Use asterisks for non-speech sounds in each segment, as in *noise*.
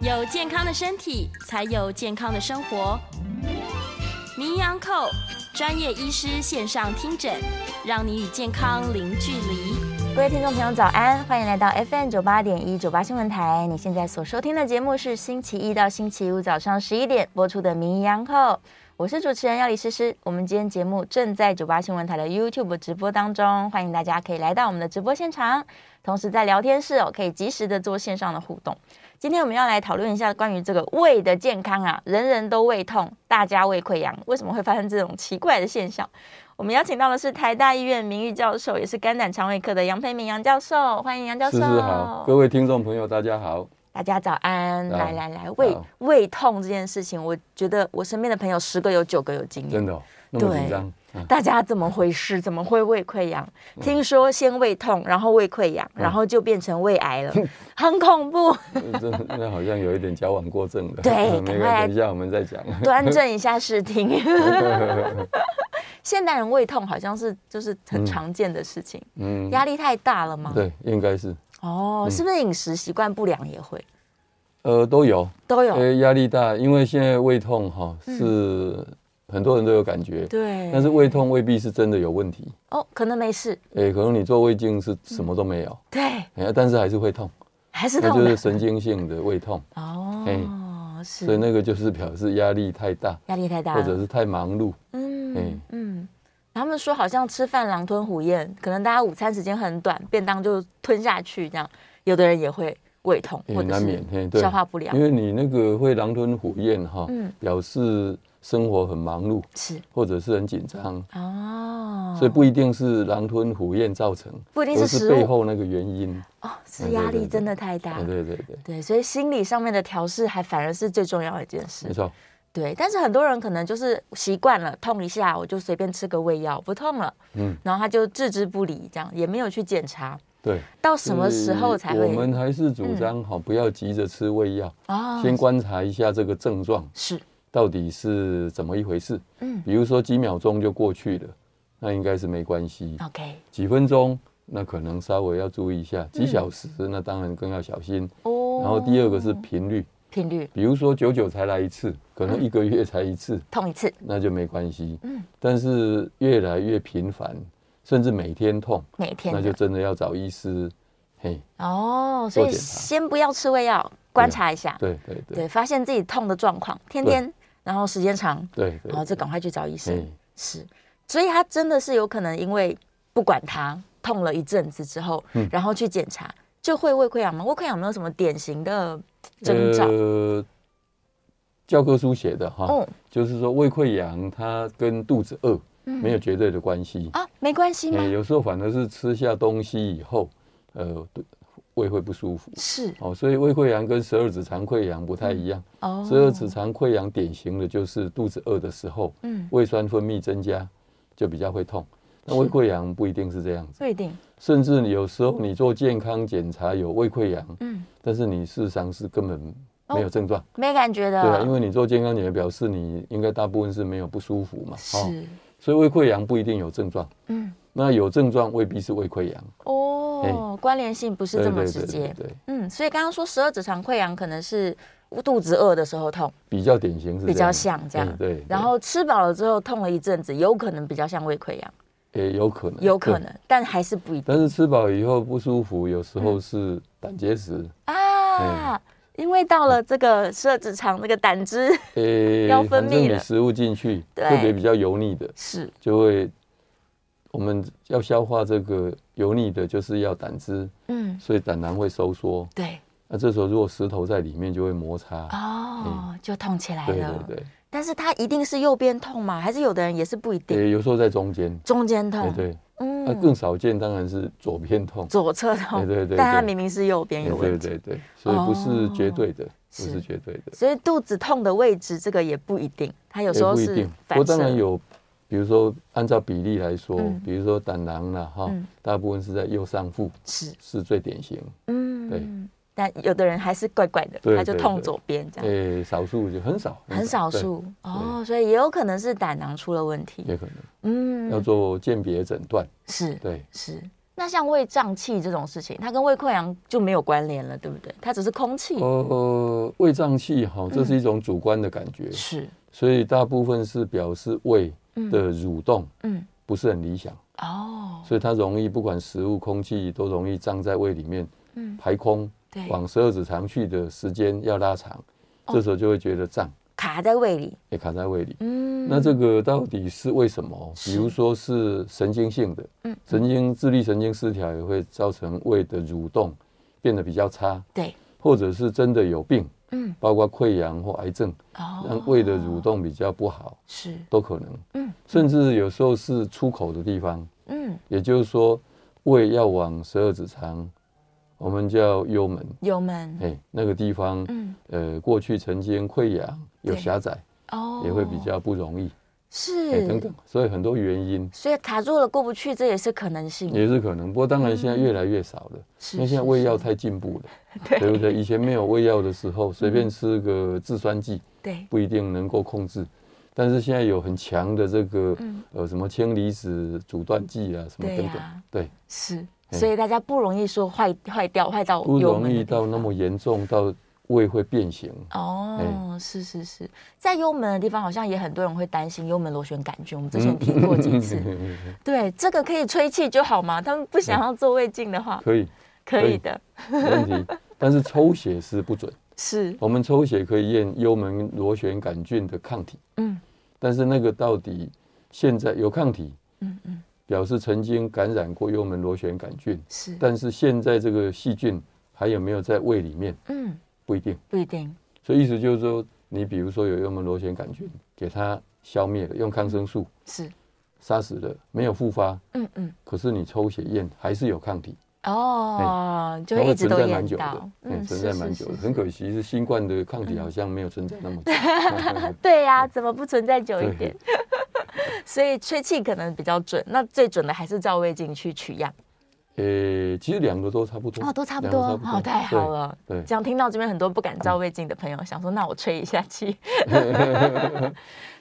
有健康的身体，才有健康的生活。名扬扣专业医师线上听诊，让你与健康零距离。各位听众朋友，早安！欢迎来到 FM 九八点一九八新闻台。你现在所收听的节目是星期一到星期五早上十一点播出的《名医央后》，我是主持人要李诗诗。我们今天节目正在九八新闻台的 YouTube 直播当中，欢迎大家可以来到我们的直播现场，同时在聊天室哦，可以及时的做线上的互动。今天我们要来讨论一下关于这个胃的健康啊，人人都胃痛，大家胃溃疡，为什么会发生这种奇怪的现象？我们邀请到的是台大医院名誉教授，也是肝胆肠胃科的杨培明杨教授，欢迎杨教授。是是好，各位听众朋友，大家好。大家早安，早来来来，胃早胃痛这件事情，我觉得我身边的朋友十个有九个有经验真。的、哦、那么对紧张？嗯大家怎么回事？怎么会胃溃疡？听说先胃痛，然后胃溃嗯疡，然后就变成胃癌了，很 *laughs* 恐怖。呃这那好像有一点矫枉过正了。对赶没快关来系，等一下我们再讲。端正一下视听。现代人胃痛好像是就是很常见的事情，嗯，压力太大了嘛。对，嗯应该是哦，是不是饮食习惯不良也会呃都有。都有？嗯呃，压力大，因为现在胃痛哈、是很多人都有感觉，对，但是胃痛未必是真的有问题。哦，可能没事，诶，可能你做胃镜嗯是什么都没有，对，哎、但是还是会痛，还是那痛就是的。神经性的胃痛，哦，所以是那个就是表示压力太大，压力太大或者了。是太忙碌。嗯哎嗯，他们说好像吃饭狼吞虎咽，可能大家午餐时间很短，便当就吞下去这样，有的人也会胃痛也或者难免嘿，是对，消化不良因。为你那个会狼吞虎咽哈，嗯表示生活很忙碌是或者是很紧张，哦，所以不一定是狼吞虎咽造成，不一定而是是食背物后那个原因。哦，是对对压力对真的太大哎，。对对对，对，所以心理上面的调试还反而是最重要的一件事没。错，对，但是很多人可能就是习惯了，痛一下我就随便吃个胃药，不痛了，嗯，然后他就置之不理，这样也没有去检查，对。到什么时候才我会？嗯们还是主张哈，不要急着吃胃药，哦先观察一下这个症状是到底是怎么一回事。嗯比如说几秒钟就过去了，那应该是没关系。 OK 几分钟，那可能稍微要注意一下；嗯几小时，那当然更要小心。哦。然后第二个是频率，频率比如说久久才来一次，可能一个月才一次，痛一次，那就没关系。嗯但是越来越频繁，甚至每天痛，每天那的就真的要找医师。嘿，哦，所做以检查先不要吃胃药，观察一下，对对对对，发现自己痛的状况，天天，然后时间长，对对，然后再这赶快去找医生嘿。，是，所以他真的是有可能因为不管他痛了一阵子之后，嗯然后去检查就会胃溃疡吗？胃溃疡有没有什么典型的征兆？呃，啊教科书写的哈，哦就是说胃溃疡它跟肚子饿没有绝对的关系。嗯啊，没关系吗欸？有时候反而是吃下东西以后，呃，对胃会不舒服。是哦，所以胃溃疡跟十二指肠溃疡不太一样。哦，十二指肠溃疡典型的就是肚子饿的时候，嗯，胃酸分泌增加，就比较会痛。那是胃溃疡不一定是这样子，不一定，甚至你有时候你做健康检查有胃溃疡，嗯，但是你事实上是根本没有哦症状，没感觉的，对啊，因为你做健康检查表示你应该大部分是没有不舒服嘛，是，所以胃溃疡不一定有症状，嗯，那有症状未必是胃溃疡，哦，关联性不是这么哎对对直对对接，对，嗯，所以刚刚说十二指肠溃疡可能是肚子饿的时候痛，比较典型是比这样较像这样嗯，对，然后吃饱了之后痛了一阵子，有可能比较像胃溃疡。也有可能，有可哎对。能，但还是不一定但是吃饱以后不舒服，有时嗯候是胆结石，啊，因为到了这个十二指肠这个胆汁诶、要分反泌正你了食物进去，对特别比较油腻的，是就会我们要消化这个油腻的，就是要胆汁，嗯所以胆囊会收缩。对那这时候如果石头在里面就会摩擦，哦，就痛起来嗯对了。对对，但是它一定是右边痛吗？还是有的人也是不一也、定有时候在中间，中间痛？哎对啊对，那、嗯，更少见当然是左边痛，左侧痛，对对对但它对明明是右边诶有对问题，对对，所以不是绝对的，不是是绝对的。所以肚子痛的位置这个也不一定，它有也时候不一是定，不反过射。当然有，比如说按照比例来说，嗯比如说胆囊啦哈，嗯大部分是在右上腹是是最典型，嗯对。但有的人还是怪怪的，对他就对痛对左边这样。诶、少数就很少，很少，数哦，所以也有可能是胆囊出了问对题。也可能嗯要做鉴别诊断，是对，是，那像胃胀气这种事情，它跟胃溃疡就没有关联了，对不对？它只是空气。呃，胃胀气哈，这是一种主观的感觉，嗯是，所以大部分是表示胃的蠕动嗯，不是很理想，哦，所以它容易不管食物、空气都容易胀在胃里面嗯，排空，对，往十二指肠去的时间要拉长，哦这时候就会觉得胀卡在胃里。也卡在胃里。嗯，那这个到底是为什么？是比如说是神经性的，嗯神经自律神经失调也会造成胃的蠕动变得比较差，对，或者是真的有病，嗯，包括溃疡或癌症，哦，让胃的蠕动比较不好，是，都可能。嗯甚至有时候是出口的地方，嗯，也就是说胃要往十二指肠，我们叫幽门，幽门，哎，那个地方，嗯，呃，过去曾经溃疡有对狭窄，哦，也会比较不容易，哎，是等等，，所以很多原因。所以卡住了过不去，这也是可能性。也是可能，不过当然现在越来越少了，嗯是因为现在是胃是药太进步 *laughs* 了，对不对？以前没有胃药的时候，随嗯便吃个制酸剂对，不一定能够控制，但是现在有很强的这个嗯呃什么氢离子阻断剂啊，什么对等等呀，对，是，哎所以大家不容易说坏坏掉，坏到不幽容门的易地方到那么严重到胃会变 *laughs* 形。哎哦，是是是，在幽门的地方，好像也很多人会担心幽门螺旋杆菌，我们之前提过几次。嗯 *laughs* 对，这个可以吹气就好嘛，他们不想要做胃镜的话， *laughs* 可以，可哎可以以的，没问题。 *laughs* 但是抽血是不准，是，我们抽血可以验幽门螺旋杆菌的抗体，嗯但是那个到底现在有抗体，嗯嗯，表示曾经感染过幽门螺旋杆菌，是，但是现在这个细菌还有没有在胃里面嗯，不一定。不一定，所以意思就是说，你比如说有幽门螺旋杆菌，给它消灭了，用抗生素是，杀死了，没有复发，嗯嗯，可是你抽血验还是有抗体，哦，就哎它会一直存都在验蛮久到的，，嗯，存是在是蛮是久的。是很可惜是新冠的抗体好像没有存在那么久。 *laughs* 对呀、哎怎么不存在久一点 *laughs* 对？所以吹气可能比较准，那最准的还是照胃镜去取样。呃，其实两个都差不多，哦，都差不两多，个哦，太好。了。对这样听到这边很多不敢照胃镜的朋友，想说那我吹一下 *laughs* 气。对，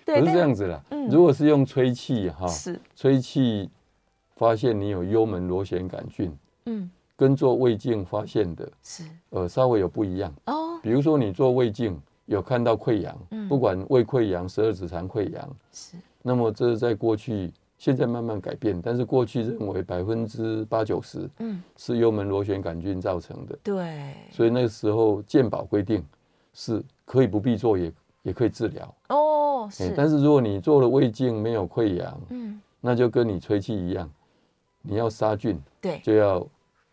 对，不是但这样哦子啦嗯。如果是用吹气哈，是，吹气发现你有幽门螺旋杆菌，嗯，跟做胃镜发现的，是，呃，稍微有不一样。哦，比如说你做胃镜有看到溃疡，嗯不管胃溃疡、十二指肠溃疡，是，那么这是在过去，现在慢慢改变，但是过去认为百分之八九十嗯，是幽门螺旋杆菌造成的，对，所以那时候健保规定是可以不必做也也可以治疗。哦，哎是，但是如果你做了胃镜没有溃疡，嗯，那就跟你吹气一样，你要杀菌对，就要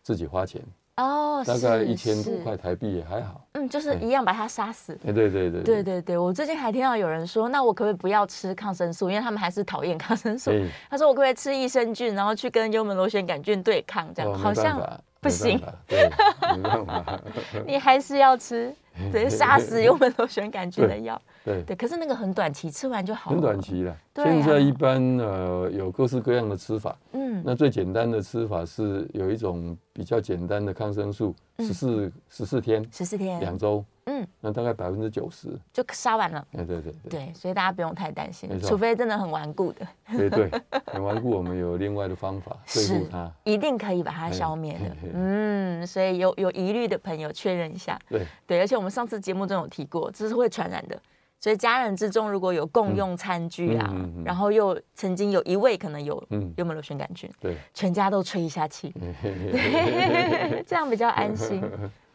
自己花钱，哦，大概是一千多，块是台币也还好。嗯，就是哎一样把它杀死。哎，对对对对对对，我最近还听到有人说，那我可不可以不要吃抗生素？因为他们还是讨厌抗生素。哎他说我可不可以吃益生菌，然后去跟幽门螺旋杆菌对抗？这样、哦好没办像法不行，没办法对，没办法，你还是 *laughs* 要吃，对，杀死幽门螺旋杆菌的药。对，对，可是那个很短期，吃完就好了。很短。期啦。对啊现在一般呃有各式各样的吃法，嗯，那最简单的吃法是有一种比较简单的抗生素，嗯十四十四天，十四天两，周，嗯，那大概百分之九十，就杀完了。哎，对对对对，所以大家不用太担心没，错除非真的很顽固的，对哎对，很顽固，我们有另外的方法对付它。一定可以把它消灭的嘿嘿。嗯，所以有有疑虑的朋友确认一下。对，对，而且我们上次节目中有提过，这是会传染的。所以家人之中如果有共用餐具啊，嗯嗯嗯嗯然后又曾经有一位可能有嗯，幽门螺旋杆菌，对，全家都吹一 *laughs* 下气，嘿嘿嘿这样比较安心。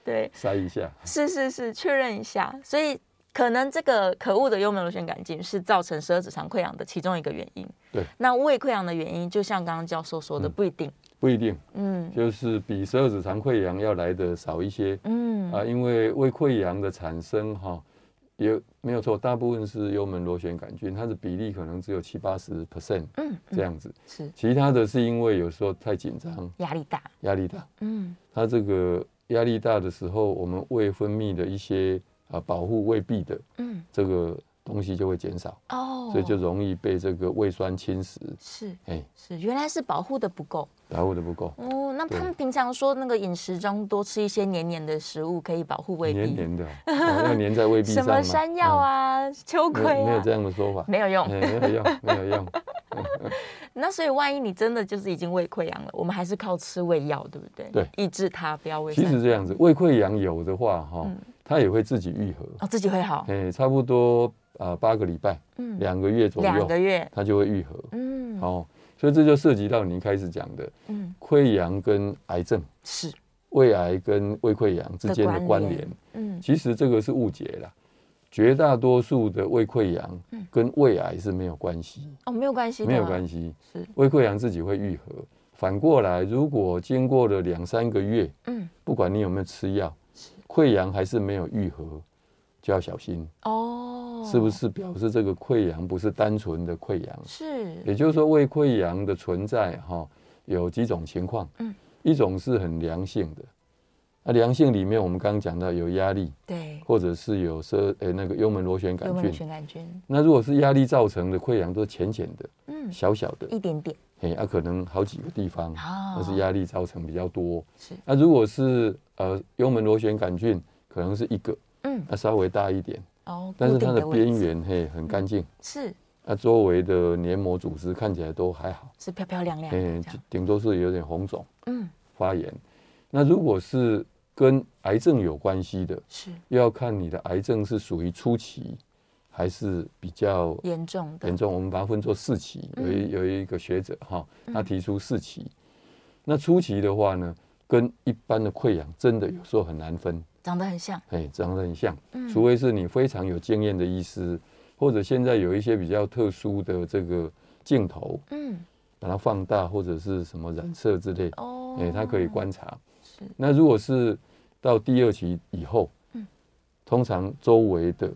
对，塞一下，是是是，确认一下。所以可能这个可恶的幽门螺旋杆菌是造成十二指肠溃疡的其中一个原因。对，那胃溃疡的原因，就像刚刚教授说的，嗯不一定。不一定，嗯就是比十二指肠溃疡要来的少一些。嗯啊，因为胃溃疡的产生哈、也没有错，大部分是幽门螺旋杆菌，它的比例可能只有七八十 percent 嗯，这样子。是其他的是因为有时候太紧张、压力大。压力大，嗯它这个压力大的时候，我们胃分泌的一些啊保护胃壁的嗯这个东西就会减少，哦，所以就容易被这个胃酸侵蚀，是哎，是，原来是保护的不够保护的不够，哦。那对他们平常说那个饮食中多吃一些黏黏的食物，可以保护胃壁。黏黏的哦，哦要黏在胃壁什上么嘛山药、啊、秋嗯葵没有没有啊嗯这，样的说法，没有用。 *laughs* 哎没有用，没有用，那所以万一你真的就是已经胃溃疡了，我们还是靠吃胃药，对不对？对抑制它，不要胃其散。实这样子，胃溃疡有的话哈、嗯它也会自己愈合，哦，自己会好，哎、差不多啊八、个礼拜，嗯，两个月左两右个，月，它就会愈合。嗯，哦，所以这就涉及到您开始讲的嗯，溃疡跟癌症、是，胃癌跟胃溃疡之间的的关关联联。嗯，其实这个是误解啦，绝大多数的胃溃疡嗯跟胃癌是没有关系，哦，没有关系，没有关系，系。是，胃溃疡自己会愈合。反过来，如果经过了两三个月，嗯，不管你有没有吃药，溃疡还是没有愈合，就要小心，哦，是不？是表示这个溃疡不是单纯的溃疡？是，也就是说，胃溃疡的存在哈、有几种情况，嗯一种是很良性的，啊，良性里面我们刚刚讲到有压力，对，或者是有奢呃那个幽门螺旋杆幽门螺菌。旋杆菌，那如果是压力造成的溃疡，都是浅浅的、嗯，小小的，一点点，哎，啊，可能好几个地方，哦那是压力造成比较多。是，那如果是呃幽门螺旋杆菌，可能是一个，嗯，那稍微大一点，哦，但是固定它的位置边缘嘿很干净，是那周围的黏膜组织看起来都还好。是漂漂亮亮嗯，的，就哎这样，顶多是有点红肿嗯，发炎。那如果是跟癌症有关系的，是又要看你的癌症是属于初期还是比较严重的，严重。我们把它分作四期，有嗯一有一个学者哈，他提出四期。那初期的话呢，跟一般的溃疡真的有时候很难分，长得很像，哎，长得很像，嗯除非是你非常有经验的医师，或者现在有一些比较特殊的这个镜头，嗯，把它放大或者是什么染色之类，哦，哎、它可以观察。是那如果是到第二期以后，嗯通常周围的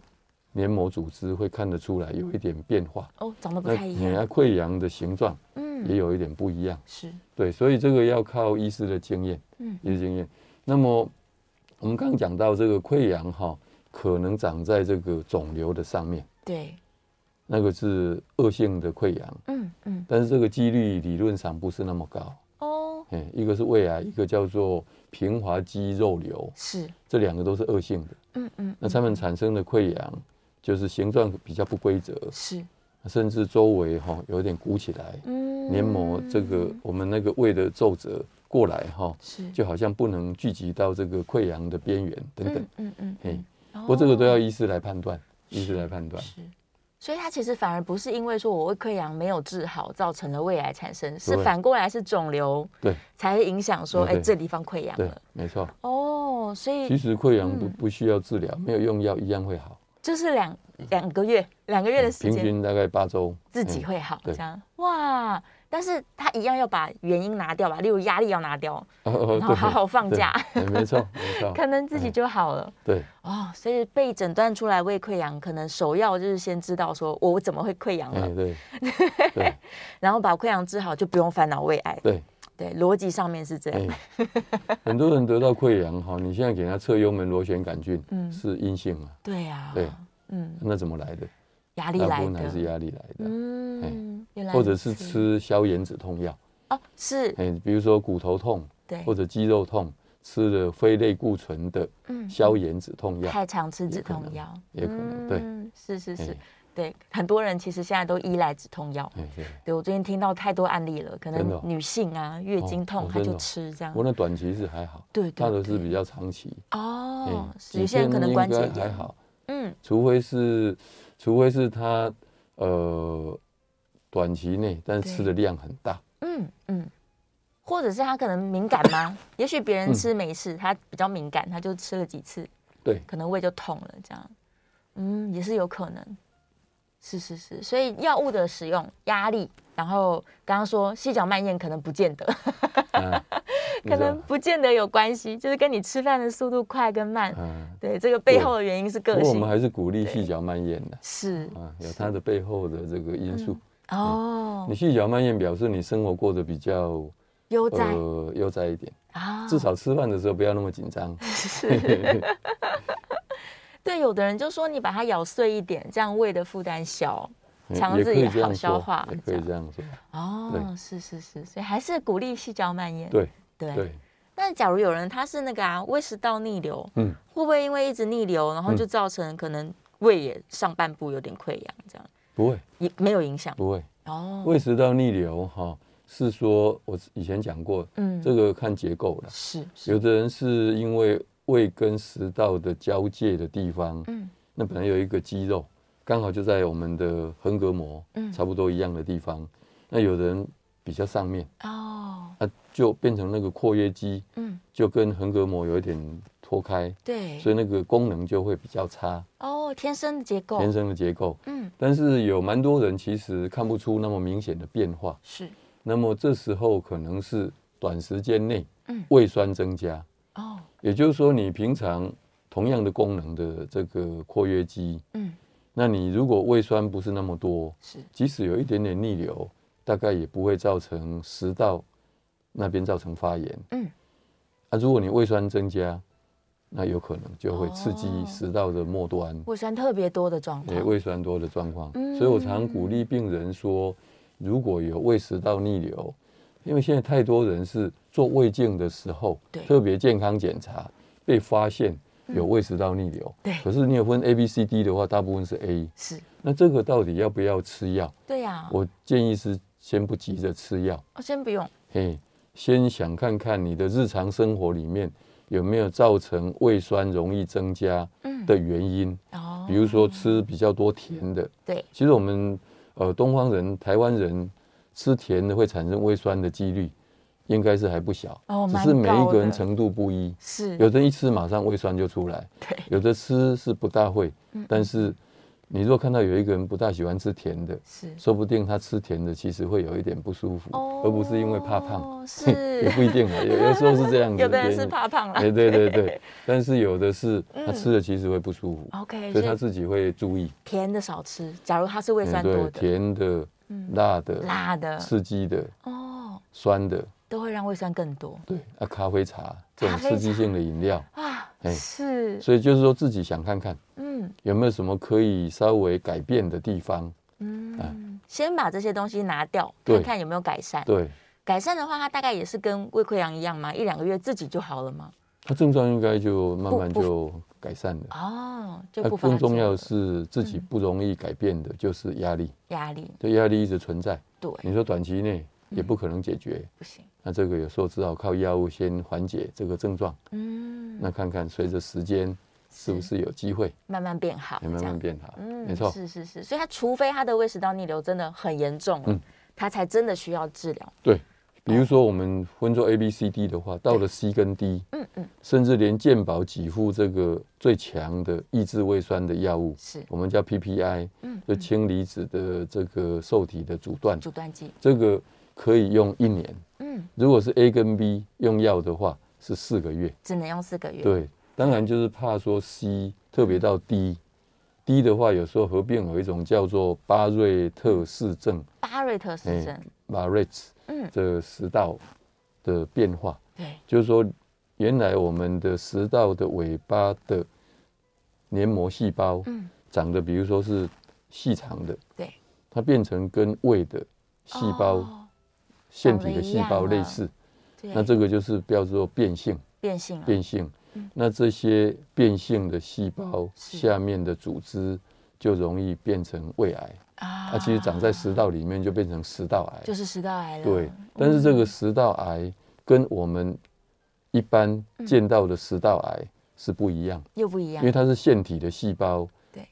黏膜组织会看得出来有一点变化，哦，长得不那太一哎样，那溃疡的形状也嗯，有一点不一样。是，对，所以这个要靠医师的经验，嗯医师经验。那么我们刚刚讲到这个溃疡哈，可能长在这个肿瘤的上面，对，那个是恶性的溃疡，嗯嗯，但是这个几率理论上不是那么高。哦，哎，一个是胃癌，一个叫做平滑肌肉瘤，是，这两个都是恶性的。嗯嗯，那它们产生的溃疡就是形状比较不规则，是，甚至周围哈、有点鼓起来，嗯，黏膜这个我们那个胃的皱褶过来哈、是，就好像不能聚集到这个溃疡的边缘等等嗯。嗯嗯，嘿嗯，不过这个都要哦医师来判断，医师来判断。是。所以它其实反而不是因为说我胃溃疡没有治好，造成了胃癌产生，是对反过来是肿瘤对才会影响说，嗯哎、对这地方溃疡对了。，没错。哦，所其以实溃疡不嗯不需要治疗，没有用药一样会好，就是两两个月，两个月的时嗯平间均大概八周。自己 *laughs* 嗯会好，这对样哇。但是他一样要把原因拿掉吧，例如压力要拿掉，哦哦然对后好好放对假，哎没错没 *laughs* 错。可能自嗯己就好了。对，哦，所以被诊断出来胃溃疡，可能首要就是先知道说我怎么会溃疡了哎，对对然后把溃疡治好，就不用烦恼胃癌。对， *laughs* 对，逻辑上面是这样。哎，很多人得到溃疡哈，你现在给他测幽门螺旋杆菌，嗯是阴性啊，对呀、对，嗯，那怎么来的？压力大来部分还是的，压力来的，啊哎嗯，原来或者如是此吃消炎止痛药，哦，是，哎，比如说骨头痛对，或者肌肉痛，吃了非类固醇的嗯消炎止痛药，太常吃也止可痛能药，也可能对对，是是是哎，对，很多人其实现在都依赖止痛药。哎对，对我最近听到太多案例了，可真的能哦女性啊月哦经痛哦她真就的哦吃这样不，过那短期是还好，对大对的是比较长期，哦哎，有些人可能关节应该还炎，好，嗯，除非是，除非是他呃短期内，但是吃的量很大，嗯嗯，或者是他可能敏感 *coughs* 吗？也许别人嗯吃没事，他比较敏感，他就吃了几次，对可能胃就痛了，这样，嗯，也是有可能。是是是，所以药物的使用、压力，然后刚刚说细嚼慢咽可能不见得，啊可能不见得有关系，就是跟你吃饭的速度快跟慢，嗯，对，这个背后的原因是不 *laughs* 个过我们性，还是鼓励细嚼慢咽的是啊，有它的背后的这个因素。哦啊你，细嚼慢咽表示你生活过得比较悠哉呃悠哉一点，啊，至少吃饭的时候不要那么紧 *laughs* 张。 *laughs* 对有的人就说你把它咬碎一点，这样胃的负担小，嗯肠也子可以也这样好消说化也可这以样这样说。哦，对是是是，所以还是鼓励细嚼慢咽。对对对，但假如有人他是那个啊胃食道逆流，嗯，会不会因为一直逆流，然后嗯就造成可能胃也上半部有点溃疡，这样不会也没有影响？不会，哦，胃食道逆流哈、是说我以前讲过，嗯，这个看结构了。是有是，的人是因为胃跟食道的交界的地方，嗯那本来有一个肌肉，刚好就在我们的横膈膜，嗯差不多一样的地方。那有的人比较上面，哦，那就变成那个括约肌嗯，就跟横膈膜有一点脱开，对，所以那个功能就会比较差，哦，天生的结构，天生的结构。嗯，但是有蛮多人其实看不出那么明显的变化，是那么这时候可能是短时间内嗯胃酸增加，哦，也就是说你平常同样的功能的这个括约肌，嗯，那你如果胃酸不是那么多，是即使有一点点逆流，大概也不会造成食道那边造成发炎。嗯，啊，如果你胃酸增加，那有可能就会刺激哦食道的末端，胃酸特别多的状也况，胃酸多的状况。嗯所以我常鼓励病人说，如果有胃食道逆流，因为现在太多人是做胃镜的时候对，嗯特别健康检查被发现有胃食道逆流。对可是你有分 A、B、C、D 的话，大部分是 A。是，那这个到底要不要吃药？对呀，我建议是先不急着吃药，哦先不用，嘿，先想看看你的日常生活里面有没有造成胃酸容易增加嗯，的原因，哦，比如说吃比较多甜的。对，其实我们呃东方人、台湾人吃甜的会产生胃酸的几率，应该是还不小，哦只蛮是每一高个人的程度不一。是有的一吃马上胃酸就出来，对，有的吃是不大会，嗯但是你如果看到有一个人不大喜欢吃甜的，是说不定他吃甜的其实会有一点不舒服， *laughs* 而不是因为怕胖， *laughs* 哦也不是，一定啊，有有时候是这样子。 *laughs* 有的人对是怕胖啦哎，对对 *laughs* 对，但是有的是他嗯吃了其实会不舒服， ，OK，所以他是自己会注意。甜的少吃，假如它是胃嗯酸对多的、甜的、嗯辣的、辣的，刺激的、哦，酸的，都会让胃酸更多对啊，咖啡茶这种咖啡刺激性的饮料，啊，哎是，所以就是说自己想看看嗯有没有什么可以稍微改变的地方。嗯，先把这些东西拿掉，啊对看看有没有改善。对，改善的话，它大概也是跟胃溃疡一样吗？一两个月自己就好了吗？他症状应该就慢慢不不就改善了。哦，就那不发更重作要的了嗯是自己不容易改变的就是压力，压力，这压力一直存在，对，嗯你说短期内也不可能解决，不行，那这个有时候只好靠药物先缓解这个症状，嗯，那看看随着时间是不是有机会慢慢变好，也慢这慢样变好，嗯，没错，是是是，所以他除非他的胃食道逆流真的很严重了，嗯他才真的需要治疗。对。比如说我们分作 A、B、C、D 的话，到了 C 跟 D，嗯嗯，甚至连健保给付这个最强的抑制胃酸的药物，是，我们叫 PPI，嗯，就嗯氢离子的这个受体的阻断，阻断剂，这个可以用一年。嗯，如果是 A 跟 B 用药的话，是四个月。只能用四个月。，对，当然就是怕说 C，特别到 D，D 的话有时候合并有一种叫做巴瑞特氏症巴瑞特氏症，巴瑞特嗯，的食道的变化，对，就是说原来我们的食道的尾巴的黏膜细胞嗯，长得，比如说是细长的，对，它变成跟胃的细胞哦腺体的细胞类似，对，嗯那这个就是叫做变性。变性了，变性，那这些变性的细胞是下面的组织就容易变成胃癌，啊它其实长在食道里面就变成食道癌。就是食道癌了。对，但是这个食道癌跟我们一般见到的食道癌是不一样，又不嗯一样因为，它是腺体的细胞对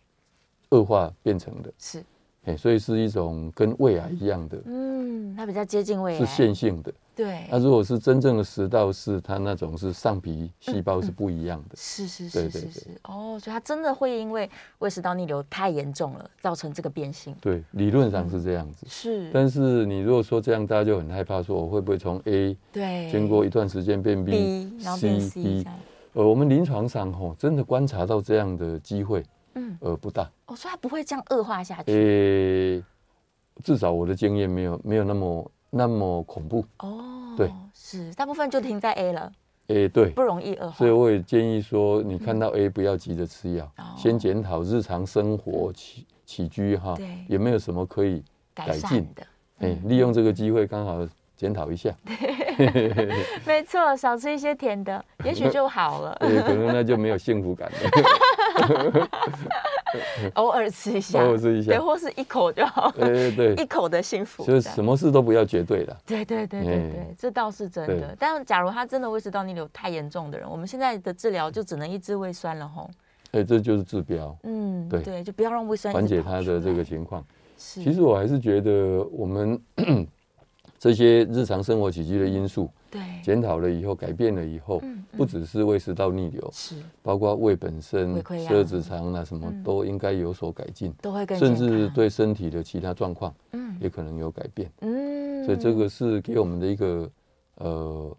恶化变成的，是，哎，所以是一种跟胃癌一样的，嗯，它比较接近胃是癌，嗯线性的。对那，如果是真正的食道是它那种是上皮细 *laughs* 胞是不一样的。是是对是对是对是，哦，所以它真的会因为胃食道逆流太严重了，造成这个变性，对，理论上是这样子。嗯是，但是你如果说这样，大家就很害怕，说我哦会不会从 A 对，经过一段时间变 B、 B，然后 C、变 C D 这。样，呃，我们临床上吼、真的观察到这样的机会，嗯，呃，不大。哦，所以它不会这样恶化下呃、去，至少我的经验没有没有那么那么恐怖。哦，对，是，大部分就停在 A 了，诶、对不，容易恶化所以，我也建议说，你看到 A 不要急着吃药，嗯哦先检讨日常生活起起居哈对，嗯有没有什么可以改改善进的。诶、利用这个机会刚好检讨一 *laughs* 下，没错，少吃一些甜的，也许就好了。 *laughs* 诶可能那就没有幸福感了。偶尔吃一下，偶尔吃一下对，或是一口就好，哎对一，口的幸福。就是这样什么事都不要绝对了。对对对对哎对，这倒是真的对。但假如他真的胃食道逆流太严重的人，我们现在的治疗就只能抑制胃酸了吼。哎，这就是治标，嗯，对对，就不要让胃酸一直缓解跑他出的这来个。情况。是其实我还是觉得我们 *clears throat* 这些日常生活起居的因素对，检讨了以后，改变了以后嗯，不只是胃食道逆流，是包括胃本身胃溃疡舌质肠啊什么嗯都应该有所改进，都会更甚健至康，对身体的其他状况嗯也可能有改变。嗯，所以这个是给我们的一个呃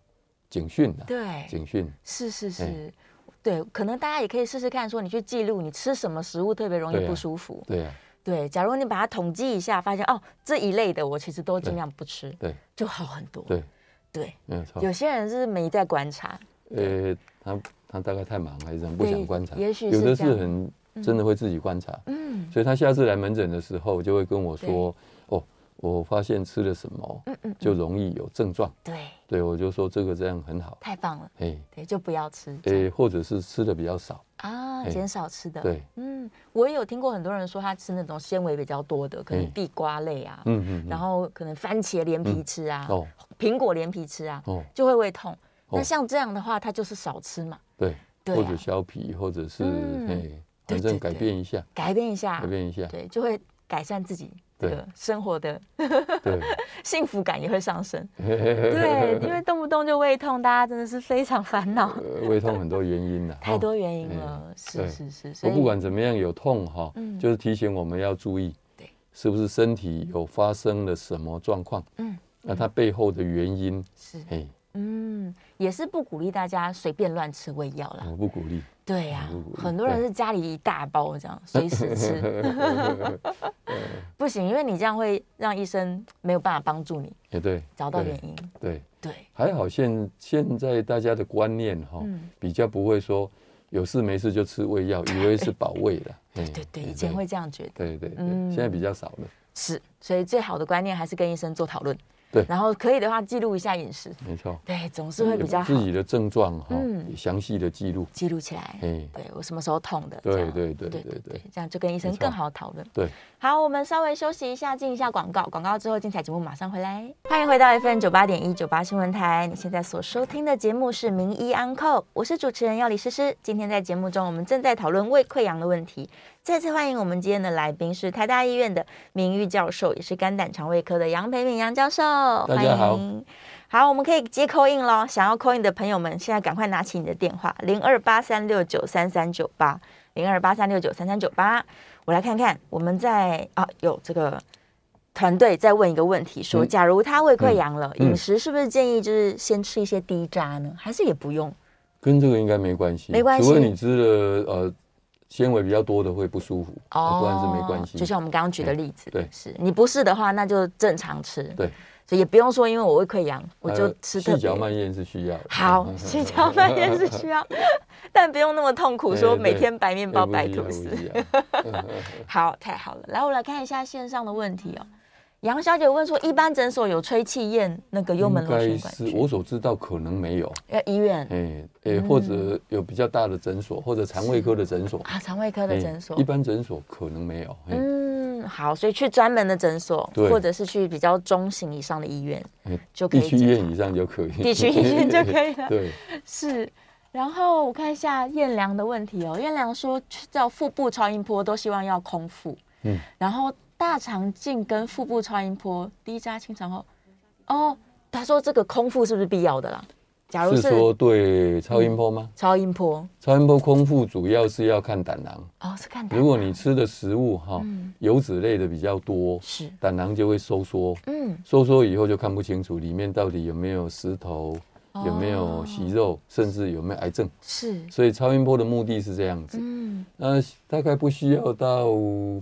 警讯啊，对警讯。是是哎是，对，可能大家也可以试试看，说你去记录你吃什么食物特别容易对啊不舒服。对啊，对，假如你把它统计一下，发现哦这一类的我其实都尽对量不吃，对就好很多。对，对，没有错。有些人是没在观察，呃，他他大概太忙还是怎样不想观察，也许是有的这是样很真的会自己观察，嗯所以他下次来门诊的时候就会跟我说，哦，我发现吃了什么嗯嗯，就容易有症状，对，对我就说这个这样很好，太棒了。哎对，就不要吃这样哎，或者是吃的比较少，啊，哎减少吃的。对，嗯，我也有听过很多人说他吃那种纤维比较多的，可能哎地瓜类啊，嗯嗯，嗯然后可能番茄连皮吃啊，哦苹果连皮吃啊，哦就会胃痛。哦那像这样的话，他就是少吃嘛，对， *laughs* 对啊或者削皮，或者是嗯哎，对反对正改对变一下，改变一下改，变一下，对，就会改善自己这对个生活的对，幸福感也会上升。 *laughs* 对对，因为动不动就胃痛，大家真的是非常烦恼，呃胃痛很多原因呢， *laughs* 太哦多原因哎了。是对是是，我不管怎么样有痛哈嗯，就是提醒我们要注意，对，是不是身体有发生了什么状况？嗯，那它背后的原因，是哎，嗯，也是不鼓励大家随便乱吃胃药啦。我不鼓励。对呀、嗯如果很多人对是家里一大包这样，随时吃， *laughs* 不行，因为你这样会让医生没有办法帮助你也对，找到对原因。对，对，还好现现在大家的观念哈嗯，比较不会说有事没事就吃胃药，以为是保胃了。对 *laughs* 对对，以前会。这样觉得，对对对，嗯现在比较少了。是，所以最好的观念还是跟医生做讨论。对然后可以的话记录一下饮食，没错，对，总是会比较好自，己的症状哈嗯，也详细的记录。记录起来。哎，对我什么时候痛的？对这样对对对对对这样就跟医生没错更好讨论。对。好，我们稍微休息一下，进一下广告。广告之后，精彩节目马上回来。欢迎回到 FM 九八点一九八新闻台，你现在所收听的节目是《名医安扣》，我是主持人要李诗诗。今天在节目中，我们正在讨论胃溃疡的问题。再次欢迎我们今天的来宾是台大医院的名誉教授，也是肝胆肠胃科的杨培敏杨教授。大家好欢迎。好，我们可以接扣印喽。想要扣印的朋友们，现在赶快拿起你的电话，零二八三六九三三九八，零二八三六九三三九八。我来看看，我们在啊有这个团队在问一个问题，说嗯假如他胃溃疡了，嗯饮食是不是建议就是先吃一些低渣呢？还是也不用？跟这个应该没关系，没关系除非你吃了呃纤维比较多的会不舒服，啊不然是没关系。哦就像我们刚刚举的例子，对是你不是的话，那就正常吃，对，啊所以也不用说因为我胃溃疡，我还就有吃细特别嚼。慢咽是需要的。 *laughs* 好，细嚼慢咽是需要， *laughs* 但不用那么痛苦，哎说对每天白面包白吐司司。。 *laughs* 好，太好了。来，我来看一下线上的问题哦。杨小姐问说，一般诊所有吹气验那个幽门应螺该旋杆是菌？我所知道可能没有，要医院哎哎，嗯或者有比较大的诊所或者肠胃科的诊所，啊，肠胃科的哎诊所一。般诊所可能没有，哎嗯，好，所以去专门的诊所，对或者是去比较中型以上的医院，哎就可以地区医院以上就可以，地区医院就可以 *laughs* 了对，是。然后我看一下燕良的问题哦，燕良说去照腹部超音波都希望要空腹，嗯，然后大肠镜跟腹部超音波低渣清肠后，哦，他说这个空腹是不是必要的啦？假如是是嗯说对超音波吗？超音波，超音波空腹主要是要看胆囊，哦，是看胆如果你吃的食物哈嗯油脂类的比较多，是，胆囊就会收缩，嗯，收缩以后就看不清楚里面到底有没有石头，哦有没有息肉，甚至有没有癌症。是，所以超音波的目的是这样子，嗯，那呃大概不需要到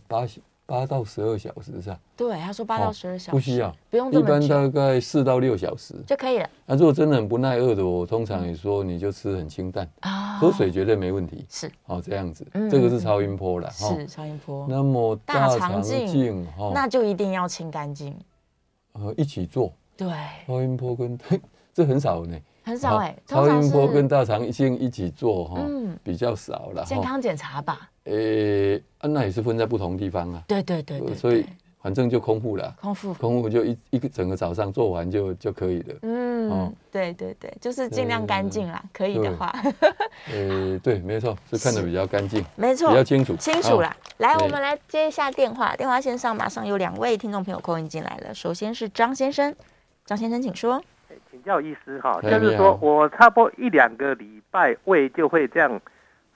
八八到十二小时是吧？对，他说八哦到十二小时，不需要，不用这一么般久大概四到六小时。就可以了那、如果真的很不耐饿的，我通常也说你就吃很清淡，啊喝水绝对没问题。是哦，这样子，嗯这个是超音波啦。哈是超音波，那么大大肠肠镜镜哈，那就一定要清干净。呃一起做对，超音波跟 *laughs* 这很少呢。很少哎、超通常音波是跟大肠镜一起做哈，嗯比较少了健哈。康检查吧。诶、啊那也是分在不同地方啊，对对对对，所以对反正就空腹了，空腹，空腹就一一个整个早上做完就就可以了。嗯，哦对对对，就是尽量干净啦，可以的对话，诶、呃对，没错，是看得比较干净，没比错，较清楚，啊清楚啦。来，对我们来接一下电话，电话线上马上有两位听众朋友扣音进来了，首先是张先生，张先生请说。请教医师哈，哎就是你说好我差不多一两个礼拜胃就会这样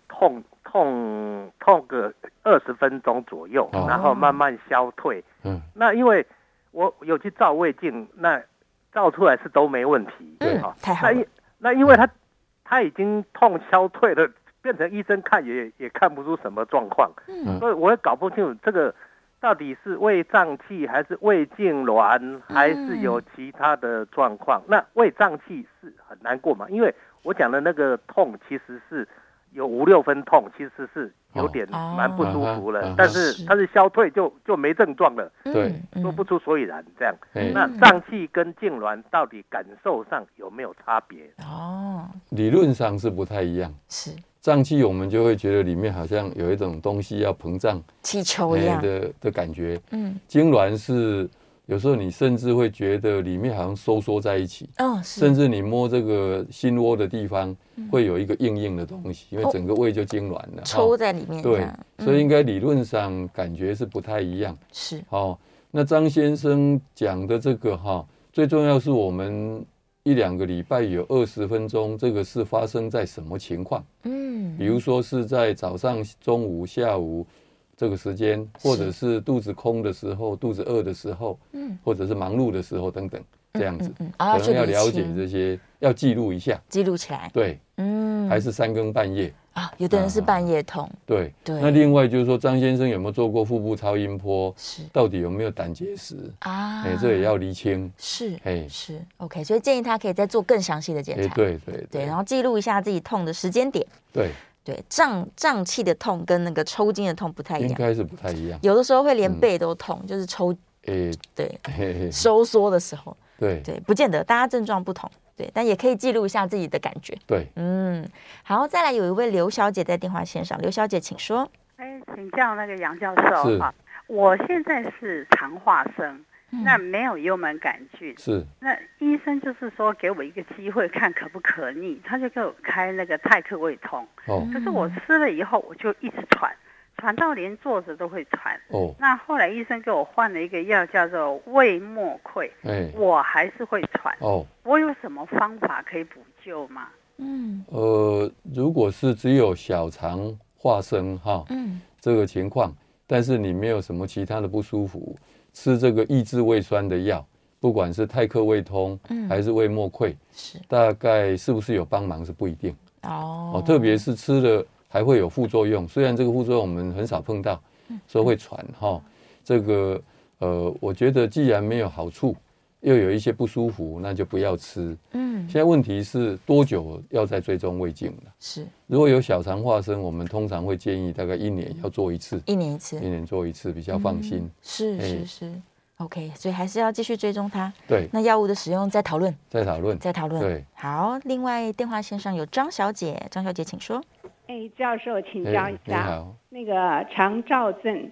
痛痛痛个二十分钟左右，哦然后慢慢消退。好。嗯，那因为我有去照胃镜，那照出来是都没问题，对哈嗯太好那了嗯因那因为他他已经痛消退了，变成医生看也也看不出什么状况，嗯所以我也搞不清楚这个到底是胃胀气还是胃痉挛，还是有其他的状况。嗯那胃胀气是很难过嘛？因为我讲的那个痛其实是有五六分痛，其实是有点哦蛮不舒服哦了，啊哈但是是它是消退就就没症状了，对嗯说不出所以然这样。诶、那胀气跟痉挛到底感受上有没有差别？哦，理论上是不太一样。是胀气，我们就会觉得里面好像有一种东西要膨胀，气球一诶样，的的感觉。嗯，痉挛是有时候你甚至会觉得里面好像收缩在一起，哦甚是，嗯至你摸这个心窝的地方会有一个硬硬的东西，因为整个胃就痉挛了。哈哦抽嗯在里面这对样，，所以应该理论上感觉是不太一样。是哦，那张先生讲的这个哈、最重要是我们一两个礼拜有二十分钟，这个是发生在什么情况？嗯，比如说是在早上、中午、下午这个时间，或者是肚子空的时候、肚子饿的时候，嗯或者是忙碌的时候等等，这样子，嗯嗯，啊可能要了解清这些，要记录一下。记录起来，对，嗯，还是三更半夜。啊，有的人是啊半夜痛，对，对那另外就是说，张先生有没有做过腹部超音波？是到底有没有胆结石？啊，哎、这也要厘清。是哎是 OK，所以建议他可以再做更详细的检哎、查，对对对，然后记录一下自己痛的时间点。对，对，胀胀气的痛跟那个抽筋的痛不太一应样，该是嗯不太一样。有的时候会连背都痛，就是抽诶、对嘿嘿，收缩的时候，对对，不见得大家症状不同，对，但也可以记录一下自己的感觉。对，嗯，好，再来有一位刘小姐在电话线上，刘小姐请说。哎，请教那个杨教是授哈、我现在是肠化生，那没有幽门杆菌，是那医生就是说给我一个机会看可不可逆，他就给我开那个泰克胃痛，哦可是我吃了以后我就一直喘，喘到连坐着都会喘。哦，那后来医生给我换了一个药叫做胃莫溃，哎、我还是会喘，哦，我有什么方法可以补救吗？嗯呃，如果是只有小肠化生哈嗯这个情况，但是你没有什么其他的不舒服，吃这个抑制胃酸的药，不管是泰克胃通嗯还是胃莫溃，是大概是不是有帮忙是不一定哦哦，特别是吃了还会有副作用，虽然这个副作用我们很少碰到，嗯说会喘哈、这个呃，我觉得既然没有好处，又有一些不舒服，那就不要吃。嗯现在问题是多久要再追踪胃镜了？是如果有小肠化生，我们通常会建议大概一年要做一次，一年一嗯次一，年做一次比较放心。是哎是是，OK，所以还是要继续追踪它。对，那药物的使用再讨论，再讨 *laughs* 论。再讨论。对，好，另外电话线上有张小姐，张小姐请说。哎，教授，请教哎一你下，好那个肠燥症，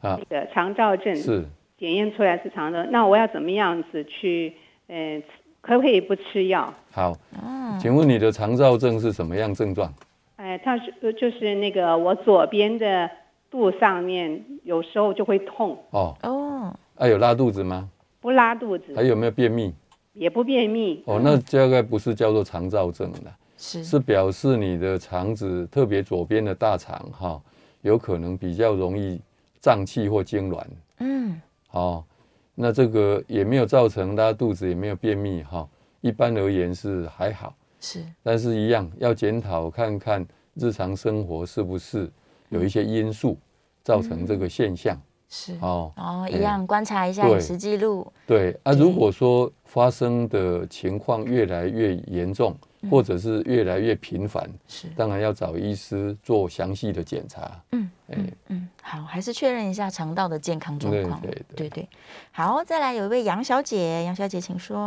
啊那，个肠燥症嗯是检验出来是肠燥，那我要怎么样子去，嗯、可不可以不吃药？好。啊请问你的肠燥症是什么样症状？哎，他是呃就是那个我左边的肚上面有时候就会痛，哦，哦，啊，有拉肚子吗？不拉肚还子，有没有便秘？也不便秘，哎哦，那大概不是叫做肠燥症了，是是表示你的肠子，特别左边的大肠哈、有可能比较容易胀气或痉挛。嗯哦，那这个也没有造成拉肚子，也没有便秘哈、一般而言是还好，是但是一样要检讨看看日常生活是不是有一些因素造成这个现象、是哦。哦，哎一样观察一下对饮食记录，对啊，对如果说发生的情况越来越严重，或者是越来越频繁，是当然要找医师做详细的检查。嗯哎、嗯，好，还是确认一下肠道的健康状况。对对对好，再来有一位杨小姐，杨小姐请说。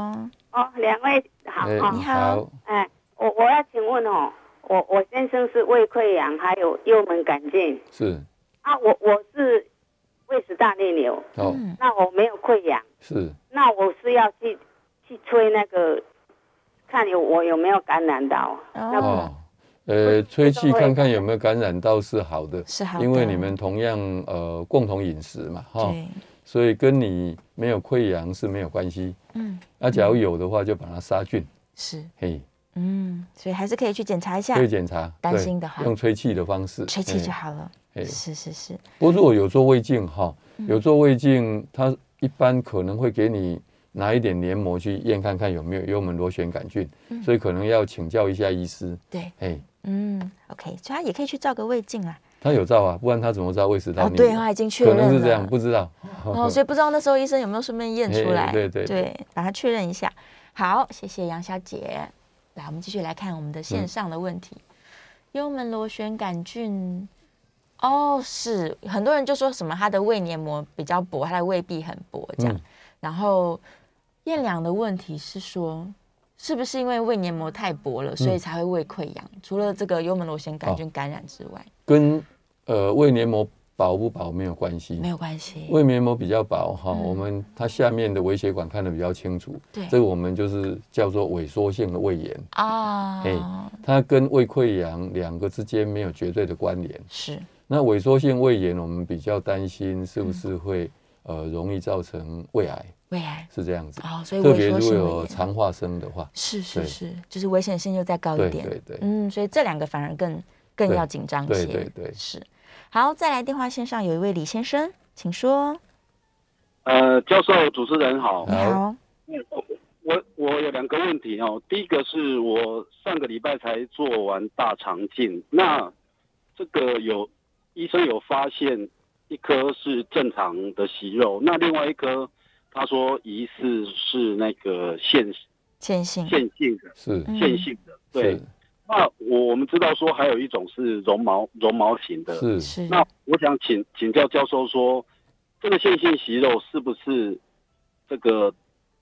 哦，两位好哎哦嗯你，好，哎，我我要请问哦，我我先生是胃溃疡，还有幽门杆菌是，啊，我我是胃食道逆流，哦，嗯那我没有溃疡，是，那我是要去去吹那个，看有我有没有感染到，那不哦哦，呃，吹气不会看看有没有感染到是好的，是好的因为你们哦同样呃共同饮食嘛，哈、对，所以跟你没有溃疡是没有关系。嗯，那、假如有的话，就把它杀菌，是，嘿，嗯，所以还是可以去检查一下可，以检哎查。担对心的话用吹气的方式，吹气就嘿。好了。嘿是是是，不过如果有做胃镜哈，嗯有做胃镜，它一般可能会给你拿一点黏膜去验看看有没有幽门螺旋杆菌，嗯所以可能要请教一下医师。对，哎，嗯，OK，所以他也可以去照个胃镜啦。他有照啊，不然他怎么知道胃食道啊，逆对，流？他已经确可认了，能是这样，不知道。 *laughs* 哦，所以不知道那时候医生有没有顺便验出来，哎对对把它确认一下。好，谢谢杨小姐。来，我们继续来看我们的线上的问题。幽门螺旋杆菌，哦，是很多人就说什么它的胃黏膜比较薄，它的胃壁很薄这样。嗯然后燕良的问题是说，是不是因为胃黏膜太薄嗯了，所以才会胃溃疡？除了这个幽门螺旋哦杆菌感染之外，跟呃胃黏膜薄不薄没有关系，没有关系。胃黏膜比较薄哈，嗯我们它下面的微血管看得比较清楚，对这个我们就是叫做萎缩性的胃炎，啊，哎它跟胃溃疡两个之间没有绝对的关联。是那萎缩性胃炎，我们比较担心是不是会、呃容易造成胃癌，胃癌。是这样子。哦，所以特别如萎缩果性有胃炎，肠化生的话，是是对是，就是危险性又再高一对点。对对嗯，所以这两个反而更更对要紧张对些。对对是。好，再来电话线上有一位李先生，请说。呃，教授，主持人好你，好，我我有两个问题哦。第一个是我上个礼拜才做完大肠镜，那这个有医生有发现一颗是正常的息肉，那另外一颗他说疑似是那个腺建信。腺性的是嗯腺性的。对是，那我我们知道说还有一种是绒毛绒毛型的，是是那我想请请教教授说，这个线性息肉是不是这个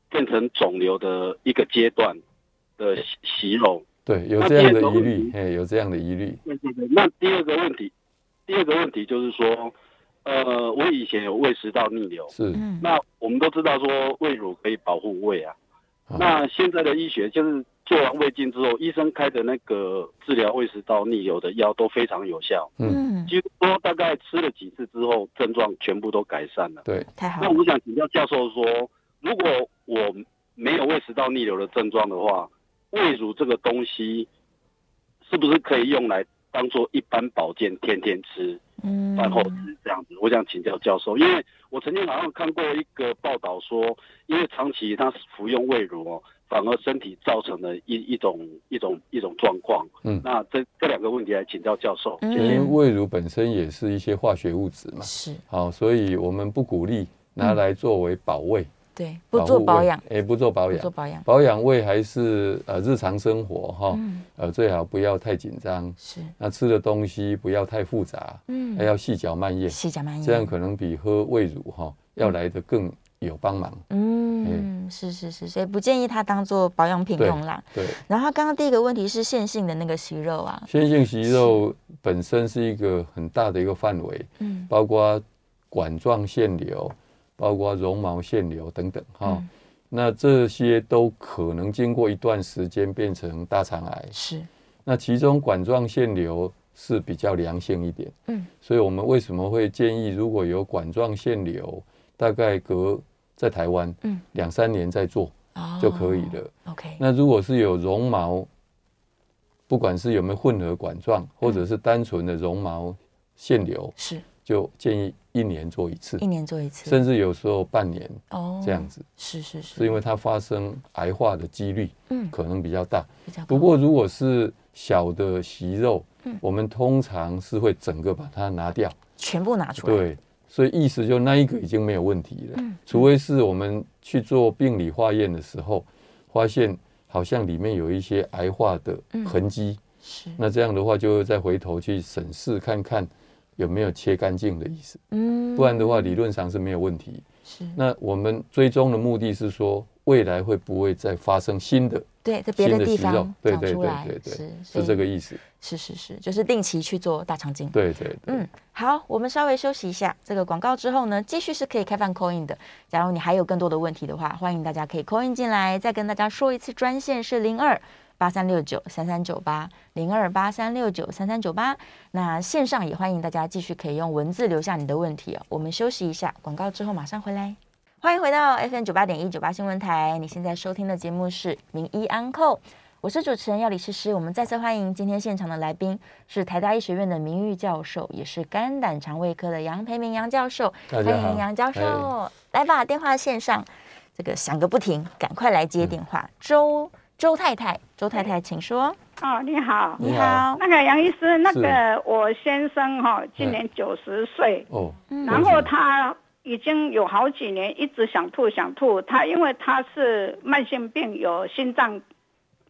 变成肿瘤的一个阶段的息息肉？对，有那这样第的二个疑问虑，题哎，有这样的疑虑，那第二个问题，第二个问题就是说，呃，我以前有胃食道逆流，是嗯，那我们都知道说胃乳可以保护胃啊。啊那现在的医学就是做完胃镜之后，医生开的那个治疗胃食道逆流的药都非常有效，嗯，几乎说大概吃了几次之后，症状全部都改善了。对太好那了。我想请教教授说，如果我没有胃食道逆流的症状的话，胃乳这个东西是不是可以用来当做一般保健，天天吃，嗯，饭后吃这样子？我想请教教授，因为我曾经好像看过一个报道说，因为长期他服用胃乳哦，反而身体造成了一一种一种一种状况。嗯那这这两个问题来请教教授。嗯因为胃乳本身也是一些化学物质嘛，是，好，所以我们不鼓励拿来作为保胃，对，嗯不做护保胃养，哎，啊不做保不养做，保养，保养胃还是呃日常生活哈，嗯，呃最好不要太紧张，是，那吃的东西不要太复杂，嗯还，要细嚼慢咽，细嚼慢咽，哎这样可能比喝胃乳哈要来的更有帮忙。嗯，是是是，所以不建议它当做保养品哎对用啦。对，然后刚刚第一个问题是线性的那个息肉啊，腺性息肉本身是一个很大的一个范围，嗯，包括管状腺瘤，包括绒毛腺瘤等等哈。嗯那这些都可能经过一段时间变成大肠癌。是，那其中管状腺瘤是比较良性一点，嗯，所以我们为什么会建议如果有管状腺瘤，大概隔在台湾，嗯，两三年再做哦就可以了。 OK，那如果是有绒毛，不管是有没有混合管状，或者是单纯的绒毛腺瘤，是就建议一年做一次一，年做一次，甚至有时候半年哦这样子，是是是，是因为它发生癌化的几率嗯可能比较大。比较不高过如果是小的息肉嗯，我们通常是会整个把它拿掉，全部拿出来，对，所以意思就那一个已经没有问题了嗯，除非是我们去做病理化验的时候，发现好像里面有一些癌化的嗯痕迹，是那这样的话就会再回头去审视看看有没有切干净的意思，嗯不然的话理论上是没有问题。是，那我们追踪的目的是说，未来会不会再发生新的对，在别新的的地息肉方？对长对出对来，对对，是所以这个意思。是是是，就是定期去做大肠镜。对对对，嗯，好，我们稍微休息一下。这个广告之后呢，继续是可以开放 coin 的。假如你还有更多的问题的话，欢迎大家可以 coin 进来。再跟大家说一次，专线是零二八三六九三三九八零二八三六九三三九八。那线上也欢迎大家继续可以用文字留下你的问题哦。我们休息一下，广告之后马上回来。欢迎回到 FM 九八点一九八新闻台，你现在收听的节目是《名医安扣》，我是主持人药理诗诗。我们再次欢迎今天现场的来宾是台大医学院的名誉教授，也是肝胆肠胃科的杨培明杨教授。大欢家好哎迎杨教授，来吧，电话线上这个响个不停，赶快来嗯接电话。周周太太，周哎太太，请说。哦，你好，嗯你好那个杨医师，那个我先生哈、今年九十岁，哦，嗯然后他已经有好几年一直想吐想吐，他因为他是慢性病，有心脏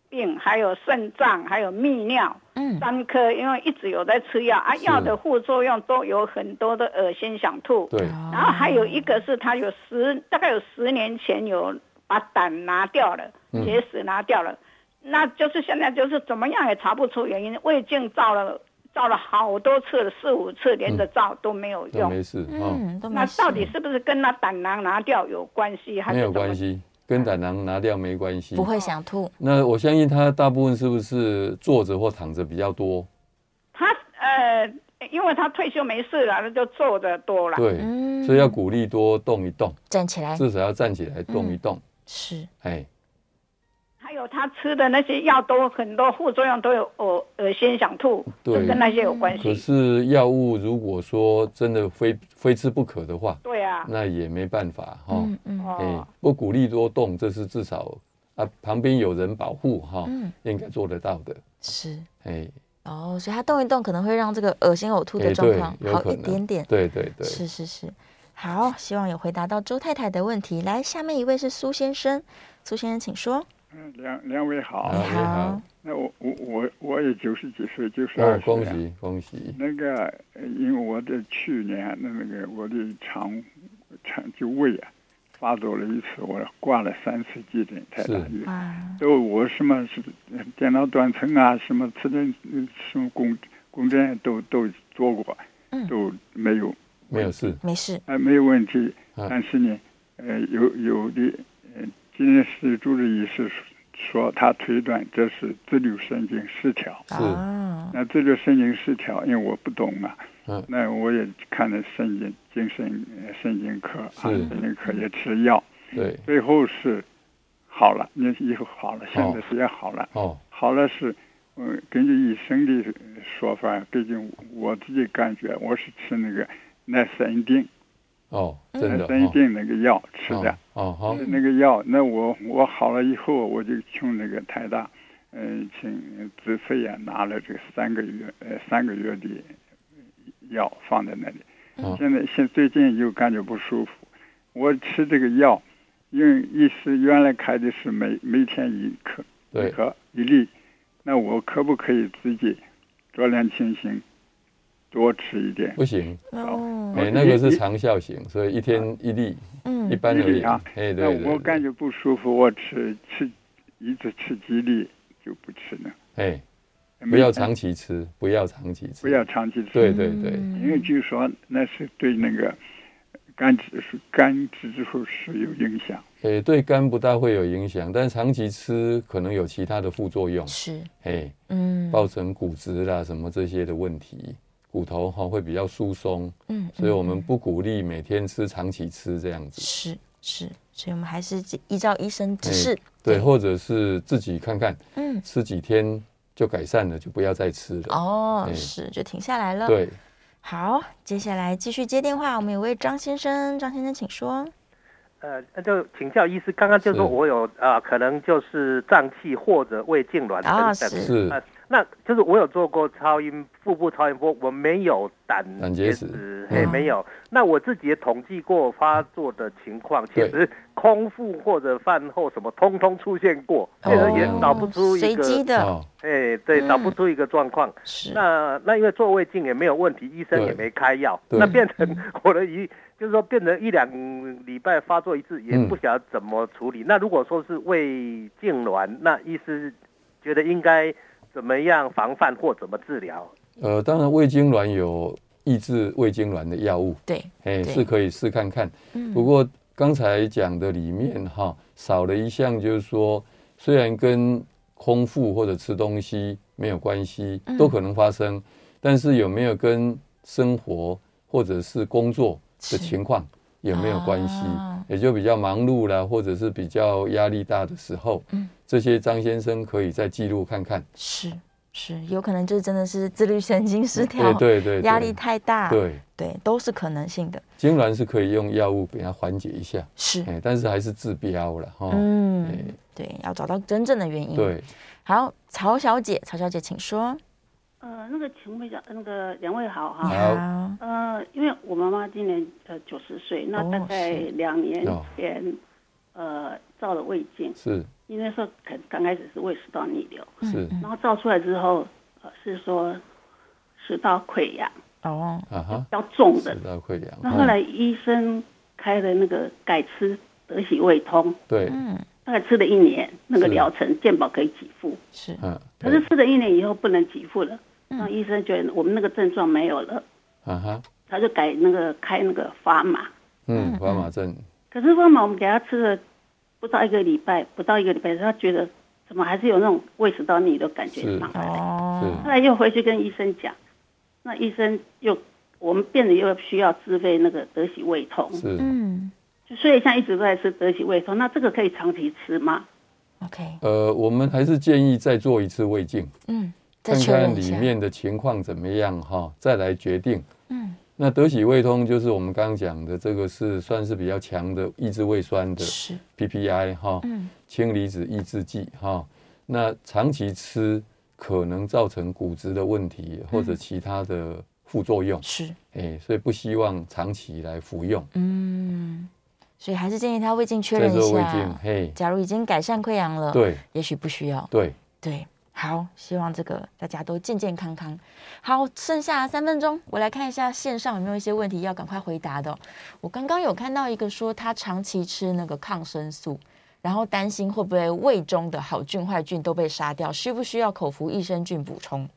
病，还有肾脏，还有泌尿嗯， *laughs* 三科，因为一直有在吃药啊，是药的副作用都有很多的恶心想吐，对，然后还有一个是他有十大概有十年前有把胆拿掉了，嗯结石拿掉了，那就是现在就是怎么样也查不出原因，胃镜照了照了好多次了，四五次连着照都没有那用。没事哦，嗯，都那没事到底是不是跟那胆囊拿掉有关系，还是没有怎么关？系，嗯跟胆囊拿掉没关系不。会想吐，那我相信他大部分是不是坐着或躺着比较多？他呃，因为他退休没事了，那就坐着多了。对，嗯哎所以要鼓励多动一动，站起来，至少要站起来嗯动一动。是哎，还有他吃的那些药都很多副作用，都有恶恶心想吐，就对跟那些有关可系。是药物如果说真的非非吃不可的话，对啊，那也没办法哈。嗯嗯哦。哎、不鼓励多动，这是至少啊，旁边有人保护哈，嗯应该做得到的。是。哎、哦，所以它动一动可能会让这个恶心呕吐哎的状对况，有好可一能点点。对对对，是是是，好，希望有回答到周太太的问题。来，下面一位是苏先生，苏先生请说。嗯，两两位好，好啊你好，那我我我我也九十几岁，九十哦二，岁恭了。喜恭喜，那个，呃因为我的去年那那个我的肠呃肠就胃啊发作了一次，我挂了三次急诊，太大是医院。哇，都我什么是呃电脑断层啊，什么磁振呃什么共共振都都做过嗯，都没有没有事，没事，哎，没有问题，啊但是呢，呃，有有的，呃，今天是主治医师说他推断这是自律神经失调。是啊，那自律神经失调，因为我不懂嘛，嗯那我也看了神经精神呃神经科啊，是神经科也吃药，对，最后是好了，你以后好了，现在是也好了，哦，好了是，嗯，根据医生的说法，毕竟我自己感觉我是吃那个奈斯恩定。哦，真的，嗯三哦定那个药吃的，哦，好、那个药，那我我好了以后，我就从那个台大，嗯、请自费啊拿了这个三个月，呃，三个月的药放在那里。嗯现在现最近又感觉不舒服，我吃这个药，因为医师原来开的是每每天一颗，一对，颗一粒，那我可不可以自己酌量情形多吃一点？不行，哦，哎、哦那个一是一啊长效型，所以一天一粒，一嗯，般而一已粒啊。哎、对那对对，我感觉不舒服，我吃吃一直吃几粒就不吃了。哎、没不要长期吃，不要长期吃，不要长期吃，对对对，因嗯为据说那是对那个肝指数肝指数是有影响。诶、哎对肝不大会有影响，但长期吃可能有其他的副作用，是，哎、嗯，造成骨质啦什么这些的问题，骨头哈、会比较疏松，嗯，所以嗯我们不鼓励每天吃，长期吃这样子。是是，所以我们还是依照医生指示哎，对，或者是自己看看，嗯，吃几天就改善了，就不要再吃了。哦，哎是就停下来了。，对，好，接下来继续接电话，我们有位张先生，张先生请说。呃，那就请教医师，刚刚就是说是我有啊、呃可能就是胀气或者胃痉挛等啊等。是是呃那就是我有做过超音腹部超音波，我没有胆胆结结石石，嗯嘿，没有。那我自己也统计过发作的情况，其对实空腹或者饭后什么，通通出现过，哦所以也找不出一随个机的，哦，哎，对，找不出一个状况。是那那因为做胃镜也没有问题，医生对也没开药，对那变成我的一就是说变成一两礼拜发作一次，也嗯不晓得怎么处理。那如果说是胃痉挛，那医师觉得应该怎么样防范或怎么治疗？呃，当然胃痉挛有抑制胃痉挛的药物，对，哎，对是可以试看看。嗯不过刚才讲的里面哈，少了一项，就是说虽然跟空腹或者吃东西没有关系，嗯都可能发生，但是有没有跟生活或者是工作是的情况有没有关系？啊也就比较忙碌啦，或者是比较压力大的时候，嗯这些张先生可以再记录看看。是是，有可能就是真的是自律神经失调，哎对对对压力太大，对，对，都是可能性的，痉挛是可以用药物给它缓解一下，是，哎，但是还是治标了哈。哎嗯，对，要找到真正的原因。，对，好，曹小姐，曹小姐，请说。呃，那个请问一下，那个两位好你哈。好，呃，因为我妈妈今年呃九十岁，那哦大概是两年哦前，呃，照了胃镜，是因为那时候可刚开始是胃食道逆流，嗯是然后照出来之后，呃，是说食道溃疡，哦，啊哈比，较重的食。道溃疡。那后来嗯医生开了那个改吃德喜胃通，对，嗯，大概吃了一年，那个是疗程健保可以给付，是，嗯，可对是吃了一年以后不能给付了，那医生觉得我们那个症状没有了，啊哈，他就改那个开那个砝码。嗯，砝码症，可是方法我们给他吃了不到一个礼拜，不到一个礼拜，他觉得怎么还是有那种胃食道逆的感觉是上来。哦，后来又回去跟医生讲，那医生又我们变得又需要自费那个德喜胃痛，是嗯就所以现在一直都在吃德喜胃痛。那这个可以长期吃吗？ ，OK，呃，我们还是建议再做一次胃镜，嗯，再看确认看一里下，面的情况怎么样哈，再来决定。嗯，那德喜胃通就是我们刚刚讲的，这个是算是比较强的抑制胃酸的是， PPI 哈，嗯，氢离子抑制剂哈。那长期吃可能造成骨质的问题或嗯者其他的副作用，是，哎，所以不希望长期来服用。嗯，所以还是建议她胃镜确再认一做胃镜下，。嘿，假如已经改善溃疡了，，对也许不需要，对，对，好，希望这个大家都健健康康。好，剩下三分钟，我来看一下线上有没有一些问题要赶快回答的哦、我刚刚有看到一个说他长期吃那个抗生素，然后担心会不会胃中的好菌坏菌都被杀掉，需不需要口服益生菌补充？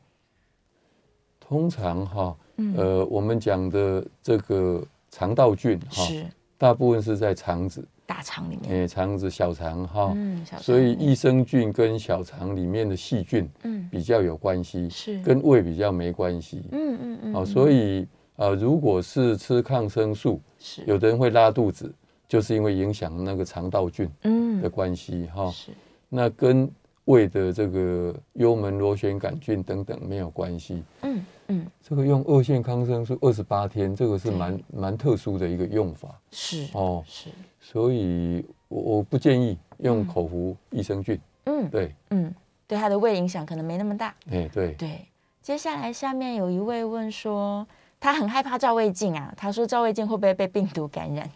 通常哈，嗯呃，我们讲的这个肠道菌哈，是大部分是在肠子，大肠里面，诶，肠子、小肠哈，嗯，小嗯所以肠里益生菌跟小肠里面的细菌嗯比较有关系，是跟胃比较没关系。嗯嗯嗯，哦，嗯所以呃，如果是吃抗生素，是有的人会拉肚子，就是因为影响那个肠道菌的嗯关系哈。是那跟胃的这个幽门螺旋杆菌等等没有关系。嗯嗯这个用二线抗生素二十八天，这个是蛮蛮特殊的一个用法是哦，是所以我我不建议用口服益生菌。嗯对，嗯，对他的胃影响可能没那么大。哎 *laughs* 对，对，接下来下面有一位问说，他很害怕照胃镜啊，他说照胃镜会不会被病毒感染？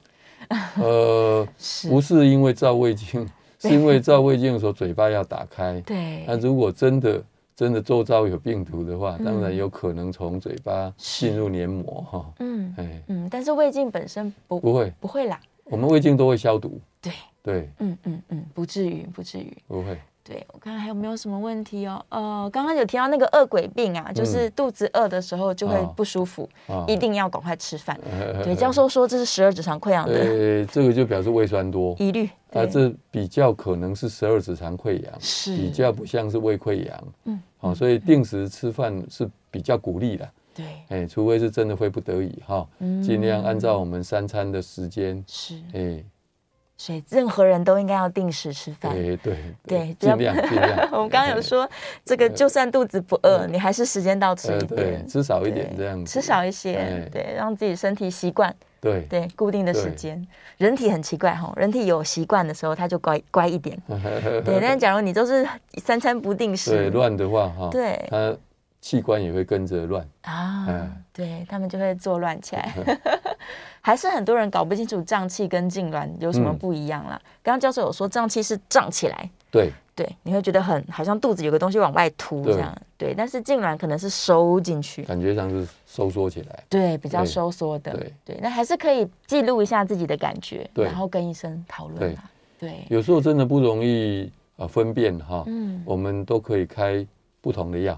呃，是不是因为照胃 *laughs* 镜，是因为照胃镜的时候嘴巴要打开。对那，如果真的真的周遭有病毒的话，嗯当然有可能从嘴巴是进入黏膜哈。嗯哎，嗯，但是胃镜本身不不会，不会啦，我们胃镜都会消毒，对，对，嗯嗯嗯，不至于不至于。不会。对我看还有没有什么问题哦？呃，刚刚有提到那个饿鬼病啊，就是肚子饿的时候就会嗯哦不舒服，啊一定要赶快吃饭。呃 *laughs* 对，教授说这是十二指肠溃疡的呃，这个就表示胃酸多。疑虑。啊，对，这比较可能是十二指肠溃疡，是比较不像是胃溃疡。嗯，好、所以定时吃饭是比较鼓励的。对哎，除非是真的非不得已哈，嗯尽量按照我们三餐的时间。是，哎，所以任何人都应该要定时吃饭。对对对不要。尽量尽量 *laughs* 哎我们刚刚有说，这个就算肚子不饿，你还是时间到吃哎，呃，一对点，，吃少一对点这样子，吃少一些哎，对，让自己身体习惯，对对，固定的时间。人体很奇怪哈，人体有习惯的时候，它就乖乖一 *laughs* 点。对，但是假如你都是三餐不定对时，乱的话哈，对它器官也会跟着乱。啊，嗯对他们就会作乱 *laughs* 起来， *laughs* 还是很多人搞不清楚胀气跟痉挛有什么嗯不一样啦。刚刚教授有说胀气是胀起来，对，对，你会觉得很好像肚子有个东西往外凸对这样，对，但是痉挛可能是收进去，感觉上是收缩起来。对，比较对收缩的，对那还是可以记录一下自己的感觉，对然后跟医生讨论对嘛，对，有时候真的不容易啊分辨哈，嗯我们都可以开不同的药，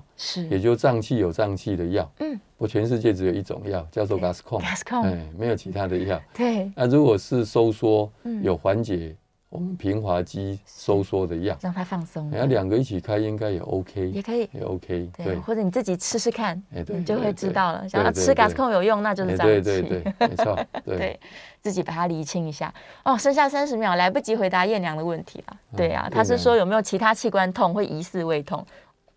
也是，就胀气有胀气的药，嗯，我全世界只有一种药叫做 Gascon， Gascon 没有其他的药。对，那如果是收缩嗯，有缓解我们平滑肌收缩的药，让它放松，然后两个一起开应该也 OK，也可以也 OK，对，或者你自己吃吃看，哎对你就会对知对道了。对想要对吃对 Gascon 有用，那就是哎胀气。对对对没 *laughs* 错对对，自己把它厘清一下。哦，剩下三十秒，来不及回答艳娘的问题了。对啊，嗯他是艳说有没有其他器官痛会疑似胃痛，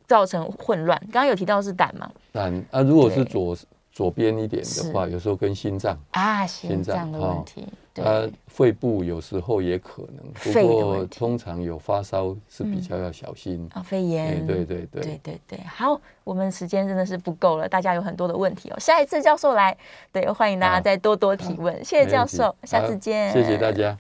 造成混乱？刚刚有提到是胆嘛？但啊，如果是对左左边一点的话，是有时候跟心脏。啊，心心脏脏的哦问题。对，啊，肺部有时候也可能，不肺的过问题通常有发烧是比嗯较要小心。啊，肺哎炎。对对对对对对，好，我们时间真的是不够了，大家有很多的问题哦。下一次教授来，对，欢迎大家好再多多提问。谢没问谢教题授，下好次见。谢谢大。家。